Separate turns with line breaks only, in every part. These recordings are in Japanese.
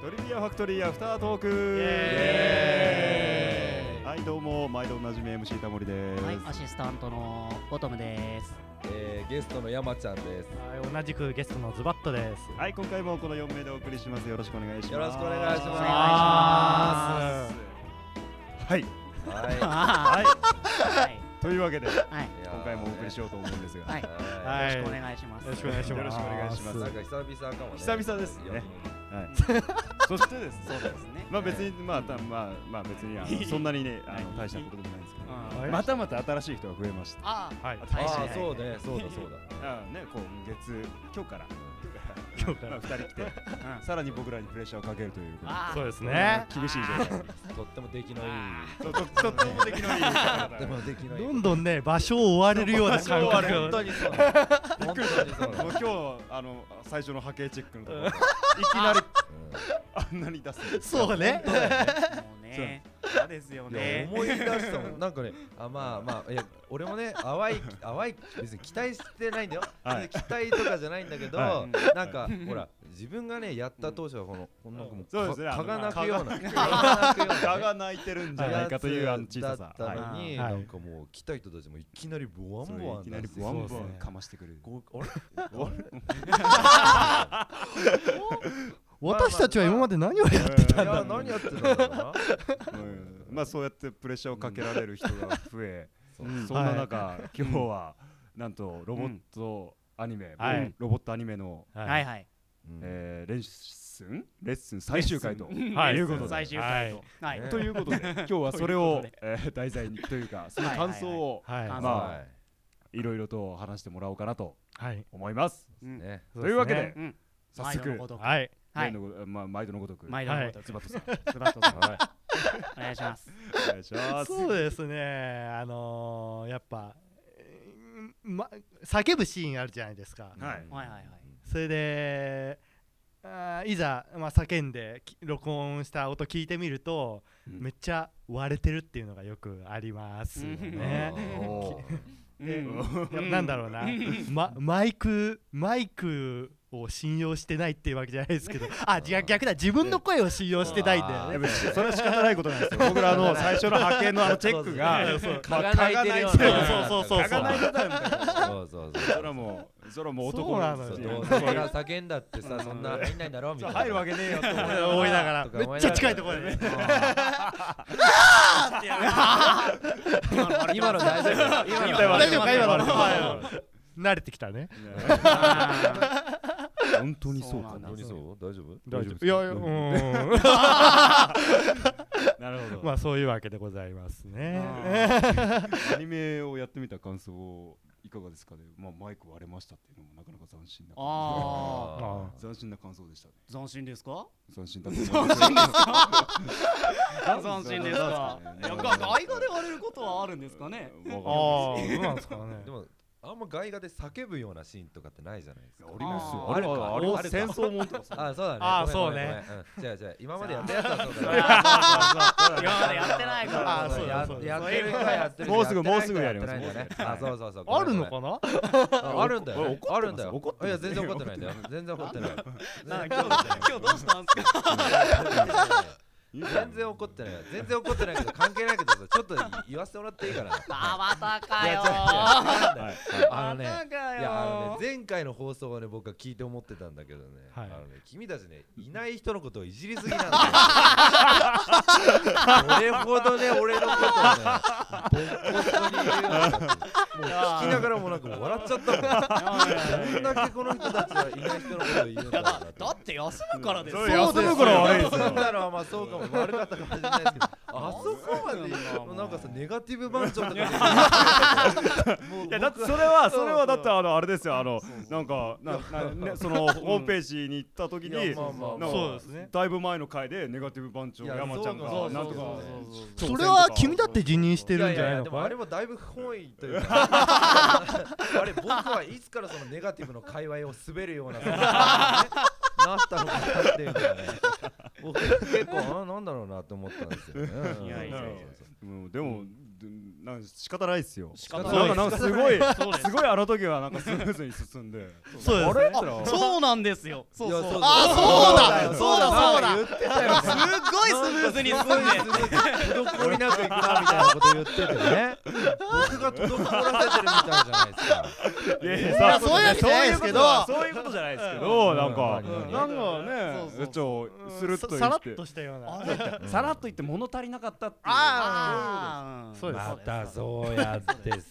トリーアフタートーク
エーイ
はいどうも毎度おなじみ MC タモリです、
はい、アシスタントのボトムです。
えー、ゲストの山ちゃんです。
はい同じくゲストのズバットです。
はい今回もこの4名でお送りしますよろしくお願いします
よろしくお願いし
い
お願
ます
しますはい
はい。
は
はい
い、
というわけで今
はい、
回もお送りし
よ
ようと思うんですが、
はいい
やーね。
は
よろしくお願いします。
よろしくお願いします。
よろしくお願いします
なんか久々かもね。
久々ですね
いや
はい、そしてですね
そうですね。
まあ別にまあたまあまあ別にあのそんなにねあの大したことでもないんですけど
うん
はい
またまた新しい人が増えました
ああ、
はい。
はい
あ
は
あ
い
ー、そうね、そうだそうだ。
あねこう月今日から
今日から
まあ二人来て
うん
さらに僕らにプレッシャーをかけるということで
ああ
そうですね。
厳しい状態
とっても出来のいい。
そうととってもできのいい
とっても出来のいい。
どんどんね場所を追われるような感
場所を追われる
覚
本
が。
当にそうだ。本当にそうだ
もう。今日あの最初の波形チェックのところでいきなりあんなに出すんです
そうね。
もうね。嫌ですよ
うんいや
ね。
思い出したもん、 なんかね、あまあまあ、いや俺もね、淡い、淡い、別に期待してないんだよ、
はい
期待とかじゃないんだけど、
は
なんか、ほら、自分がね、やった当初はこの、こんなもう、
そうですね
か
あの
蚊が鳴くような、蚊が鳴くようなね
蚊が泣いてるんじゃないかというあの小ささ
だった
は
のに、
はい
なんかもう来た人たちもいきなり
い
ボワンボワン
いきなりボワンボワ
そう
ン
ですね
かましてくる
こうあれ
私たちは今まで何をやっ
いや何やってたんだろうな
うんまあそうやってプレッシャーをかけられる人が増え
そう
うんそんな中、今日はなんとロボットアニメ、
はい
ロボットアニメの、
はいはい。
うん
えー、レッスンレッスン最終回と。
はい
ということで
最終回と。はい。
ね
ということで今日はそれを
というこ
えー題材にというかその感想を
はい
あ
まあ
はい
ろいろと話してもらおうかなと
はい。
思います。
いね
というわけで、
そう
うん。
早
毎度
速
のごとく
はい。
はい
例。のごまあ、毎度のごとく
毎度のごとく。
ズバッとさん
ズバッとさん
はい
お願いします。
お願いします。
そうですね。あのーやっぱえーま叫ぶシーンあるじゃないですか。
はい
はいはいはい
それで。あーいざ、まあ、叫んでき録音した音聞いてみると、
うん
めっちゃ割れてるっていうのがよくありますよね。
おー
で
うん
いやなんだろうな、ま、マイクマイクを信用してないっていうわけじゃないですけどあ違う逆だ自分の声を信用してないんだよ
や
ね
べそれは仕方ないことなんですよ。僕らあの最初の派遣のあのチェックが
そうそう
まあ
蚊が鳴いてるよう
蚊が鳴いて
な
る
そうそうそうそ
蚊
う
が鳴いてたみたいな。
そうそうそう
それはもうそれはもう男
そう
そう
な
どう
そ
せ
う
が叫んだってさそんな入んないんだろみたいな
入るわけねえよって思いながら
思いなが
と
ら
か
めっちゃ近いところで
今の大丈夫今の
大丈夫か今
大
の
丈夫
慣れてきたね
あ
本当にそうか
そう
な
なん
本当にそう大丈夫
大丈夫いやいやうーん
なるほど、
まあそういうわけでございますね
アニメをやってみた感想いかがですかね、まあ、マイク割れましたっていうのもなかなか斬新な
あ
あ
ー
斬新な感想でしたね
ー。斬新ですか？
斬新だと思います斬
斬新ですか
新。
い
です
や、
ね
が外貨で割れることはあるんですかね。
わかんない
ああそうなんですかね
でもあんま外画で叫ぶようなシーンとかってないじゃないですか
ありますよ
あー
あれはあれは
あるか
戦争もんとかさ
あそうだね
あー
ごめん
そうね
ごめんごめんうんじゃあじゃあ今までやったやつはそ
今
うだね
までやってないから。
あそうだ
や
そうだ
やってる人はやってる
もうすぐ
やっ
もう
てない
すぐやります
人はってないんだねあそうそうそう
あるのかな
なあるんだよね
怒
あ
ってます
るんだよ
怒ってます
いや全然怒ってないんだよ全然怒ってない
なんか今日今日どうしたんですか？
全然怒ってない全然怒ってないけど関係ないけどさちょっと言わせてもらっていいかな
あまた
い
か
や違
よ
う違う違うんだよ
はい
あのね
またかよ
いやあのね前回の放送をね僕は聞いて思ってたんだけどね,、
はい
あのね君たちねいない人のことをいじりすぎなんだよ俺ほどね俺のことをねボッコボコに言うのかってもう聞きながらもなんか笑っちゃったもんどんだけこの人たちはいない人のことを言うんだろうなって
だって休むからです
そ
よ
う休むから悪いです
そん
よ
なのはまあそうかも悪かったかもしれないですけ どあそこまで言うのなんかさネガティブ番長とか
いやだってそれは
そう
それはだってあのあれですよあのなんかな なねそのホームページに行った時
い
に
やまあまあ
なんか
そうですね
だいぶ前の回でネガティブ番長
いや
山ちゃん
そう
が
そ
な
うん
とか
そう
挑戦
そ
とか
れは君だって辞任してるんじゃないの
やややでもあ
か
れもだいぶ本意という かあれ僕はいつからそのネガティブの界隈を滑るような なったのかなっていうのがね僕結構あなんだろうなと思ったんですよね
いやいやいや
そうそ
う
う
んでもなんか仕方ないっすよ
仕方
ない
んかなんかすごい
そうです
すごいあの時はなんかスムーズに進んで
そうです
あれあれ
そうなんですよそうそう
そう
あそうだそうだ
そ
そうだ
うだ言ってたよ
すっごいスムーズに進んで
滞りなくいくなみたいなこと言っててね僕が滞らせてるみたいじゃないですか
いやいや
いや
さ
そういうわけじゃないですけど
そういうことじゃないですけどなんか
うん
なんか
そうそう
ね
そう
ちょするっと
さ
言
さらっ
って
としたような
うん
さらっと言って物足りなかったっていう
あー
そうです
またそうやってす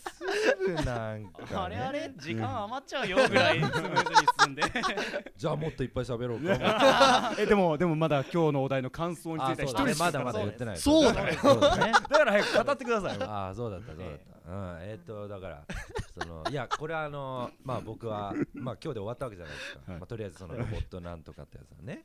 ぐなんか、ね、
あれあれ時間余っちゃうよぐらいスムーズに進んで
じゃあもっといっぱい喋ろうか、
えでもでもまだ今日のお題の感想につ
あ
いて
そ
一
うだ
人
ね
しか
まだまだ言ってない
そうだよ
そうだね
だから早く語ってくださいよ
ああそうだったそうだった、うんえっ、とだからそのいやこれはあのまあ僕はまあ今日で終わったわけじゃないですか、
はい
まあ、とりあえずそのロボットなんとかってやつはね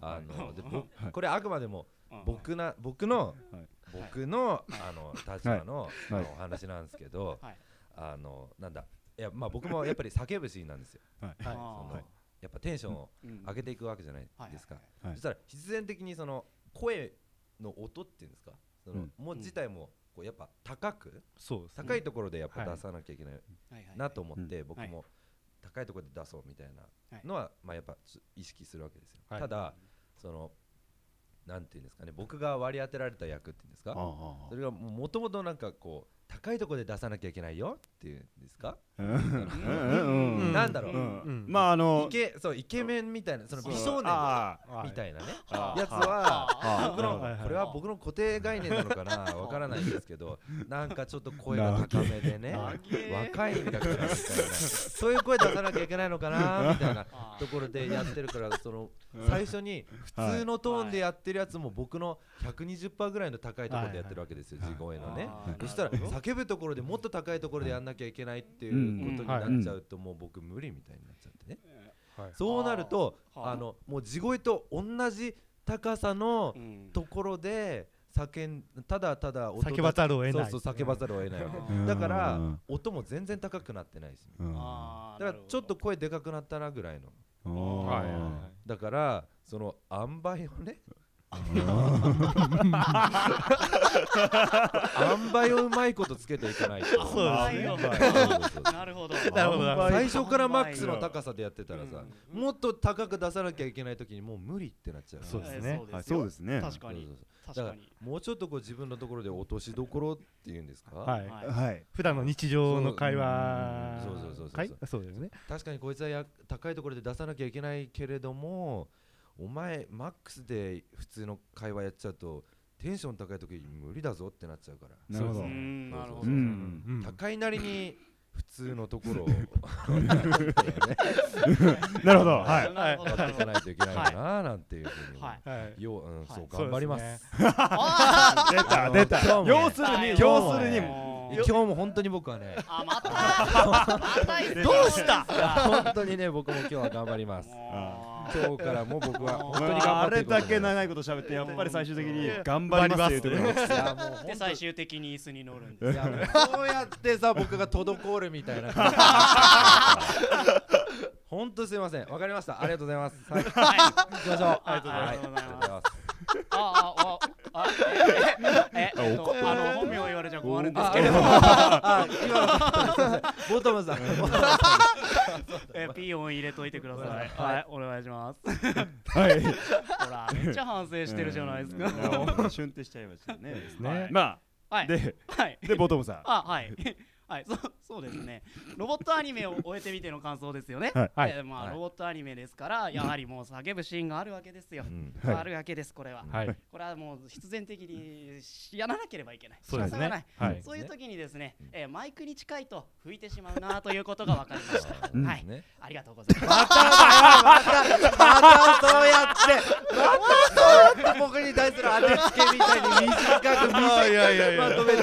あ のでぼ
はい
これあくまでも
うん
僕な僕の、
はい
僕のあの立場の、あ
はい
のお話なんですけど、
はい
あのなんだいやまあ僕もやっぱり叫ぶシーンなん ですよ
あー
そのやっぱテンションを
うん
上げていくわけじゃない
はい
ですか、
はい
そしたら必然的にその声の音っていうんですかその、
うん
もう自体もこうやっぱ高く
そうです
高いところでやっぱ
はい
出さなきゃいけない
はいはい
なと思って、
は
僕
い
も高いところで出そうみたいな
はい
のは、まあやっぱつ意識するわけですよ、
はい
ただそのなんていうんですかね僕が割り当てられた役っていうんですか
あ
それがもともとなんかこう高いところで出さなきゃいけないよっていうんですか、
あうんうんうん
なんだろう、
う
うんん
まああの
イケそうイケメンみたいなその美少年
あ
みたいなね
あ
やつは
あ
僕の
はいはい
これは僕の固定概念なのかなわからないんですけどなんかちょっと声が高めでね
なげ
若いんだけどみたいなそういう声出さなきゃいけないのかなみたいな
あー
ところでやってるからその
うん
最初に普通のトーンでやってるやつも僕の120%ぐらいの高いところでやってるわけですよ
はい
地声のね
あー
そしたら
なるほど
叫ぶところでもっと高いところでやんなきゃいけないっていうことになっちゃうともう僕無理みたいになっちゃってね
はい
そうなると
あー
あのもう地声と同じ高さの
うん
ところで叫んただただ音だけ
叫ばざるを得ない
そうそう叫ばざるを得ないわ
うん
だから
うん
音も全然高くなってないし
うん
あー
だからちょっと声でかくなったなぐらいの
うん
はい
だからその塩梅をね 塩梅をうまいことつけていかないと
そうですね
塩梅を
そう
なるほど
なるほどなるほど
最初からマックスの高さでやってたらさ
うん
もっと高く出さなきゃいけない時にもう無理ってなっちゃう
そうですね
は
えー
い
よ
そうですね
確か
そ
に
うそうそう
確
だ
か
か
に
らもうちょっとこう自分のところで落としどころっていうんですか、
はい
はい
はい
普段の日常の会話
そうそうそうそうそう
会そうですね
確かにこいつはや高いところで出さなきゃいけないけれどもお前マックスで普通の会話やっちゃうとテンション高い時無理だぞってなっちゃうから
なるほ
そう
ど
です
うんなるほ
う
ど
ん
うん
高いなりに普通のところを
なるほどはい
なるほど
やっていかないといけないかななんていうふうに、
はい
はい
よう、うんそう
はい
頑張ります
そうで
あ
出た出た
あの
要
今日もね
する
はい
に要するに
もう
今日も本当に僕はね
あまたまたどうした
本当にね僕も今日は頑張 ります今日からも僕は本当に頑張
あ
って
れ
いこうと思いま
だ
す
け長いこと喋ってやっぱり最終的に頑張りますっていうところ
いやもう本当
で
に
最終的に椅子に乗るんで
い
す
や
よ
もうこうやってさ僕が滞るみたいな本当すいませんわかりましたありがとうございますはい行
はい
きましょう
ありがとうございます
は
ああああええええっとあの本名を言われちゃ困るんですけれども
ありがとうございますあ今のすいませんボトムさんボトムさん
えピー音入れといてくださいはいお願いします
はい
ほらめっちゃ反省してるじゃないですか
かシュンってしちゃいましたね
ね
ま
は
あ
い
で
はい
でボトムさん
あはい はいそうそうですねロボットアニメを終えてみての感想ですよね
はい
はい
えーまあ、
はい
ロボットアニメですからやはりもう叫ぶシーンがあるわけですよ、
はい
あるわけですこれは、
はい
これはもう必然的にしやらなければいけない
そうですね
仕方がない
はい
そういう時にですね、えーマイクに近いと吹いてしまうなということが分かりました
うん
はい
ね
ありがとうございます
まただよまたまたそうやってまたそうやって僕に対する当てつけみたいに短く短く
いやいやい
ま
や
とめ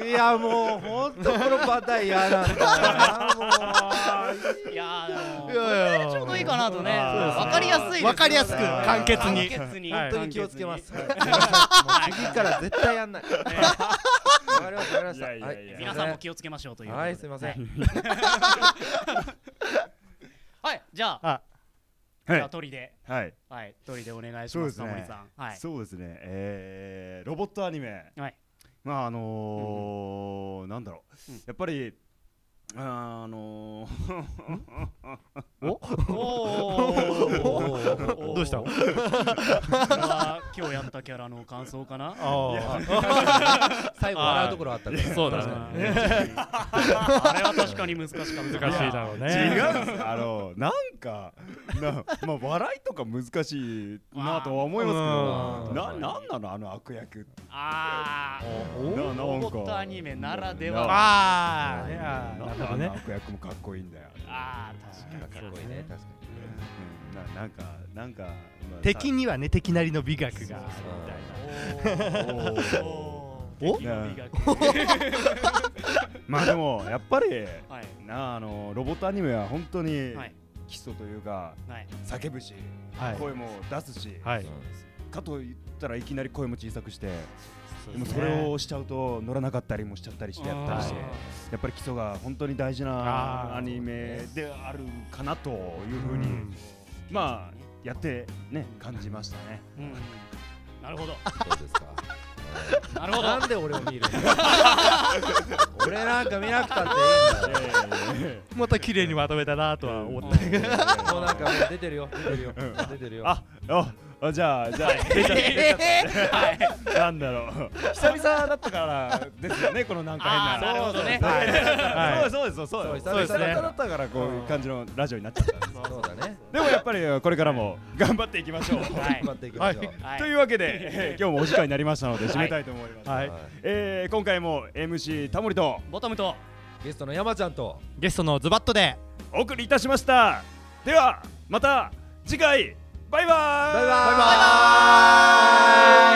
ていやもう本当このパターン嫌なんだよなもう
いやーあの
いやいや
ちょうどいいかなとね
あー
分かりやすいですよ
わかりやすく簡潔に
簡潔に、
はい
本当に気をつけ ます。もう
簡潔に
次から絶対やんない。わ
ね
かりました、わかりました。
いやいやいや
皆さんも気をつけましょうということで
はいすいませ
は
ん
い、 はいじゃあ
あ
じゃ
は
あ
い
鳥で
はい
はい鳥でお願いし
そう
ま
ですす
タ
ね
モリさんはい
そうですねえーロボットアニメ
はい
まああのーなんだろう、
うん
やっぱりあーあのー
お
どうした
これは今日やったキャラの感想かな
最後笑うところあったから
そう
確
だ
か
ね
にねあれは確かに難しかった
難しいだろう
違
ね
うんですあのなんかなまあ笑いとか難しいなとは思いますけどな
うん
なんなのあの悪役って
あ
ななん
あ
か
ロボットアニメならではあ
あーい
な
や
ん
ーなる
であ
ほど
ん
ね
な悪役もかっこいいんだよ、
あー確かに
かっこいいね確かに
うん、ななんかなんか、まあ
敵にはね敵なりの美学
さ
が
お
お
ー敵の美学
まあでもやっぱり
はい
なああのロボットアニメは本当に
はい
基礎というか
はい
叫ぶし、
はい
声も出すし、
はい
かといったらいきなり声も小さくして
そう
で
で
も
す
そ
ね
れをしちゃうと乗らなかったりもしちゃったりしてやったりして
あ
やっぱり基礎が本当に大事
あー
なアニメであるかなというふうに、
うん
まあやってね感じましたね。
ーうんなるほど
そうですか
な るほど
なんで俺を見るの俺なんか見なくたっていいんだよ
また綺麗にまとめたなとは思っ
う
た
ん
もうなんかもう出てるよ出てるよ出てるよ
あ ああじゃあじゃあ 出ちゃった出ちゃった なんだろう久々だったからですよねこのなんか変な
あーなるほどね
はいそうですそうですそううで
そで
すす
そうです
久々だったからこういう感じのラジオになっちゃった
そうだね
でもやっぱりこれからも頑張っていきましょう
はい
頑張っていきましょう
は
というわけでえー今日もお時間になりましたので締めたいと思います
はい
はい
えー今回も MC タモリと
ボトムと
ゲストの山ちゃんと
ゲストのズバットで
お送りいたしましたではまた次回バイバーイ
バイバーイ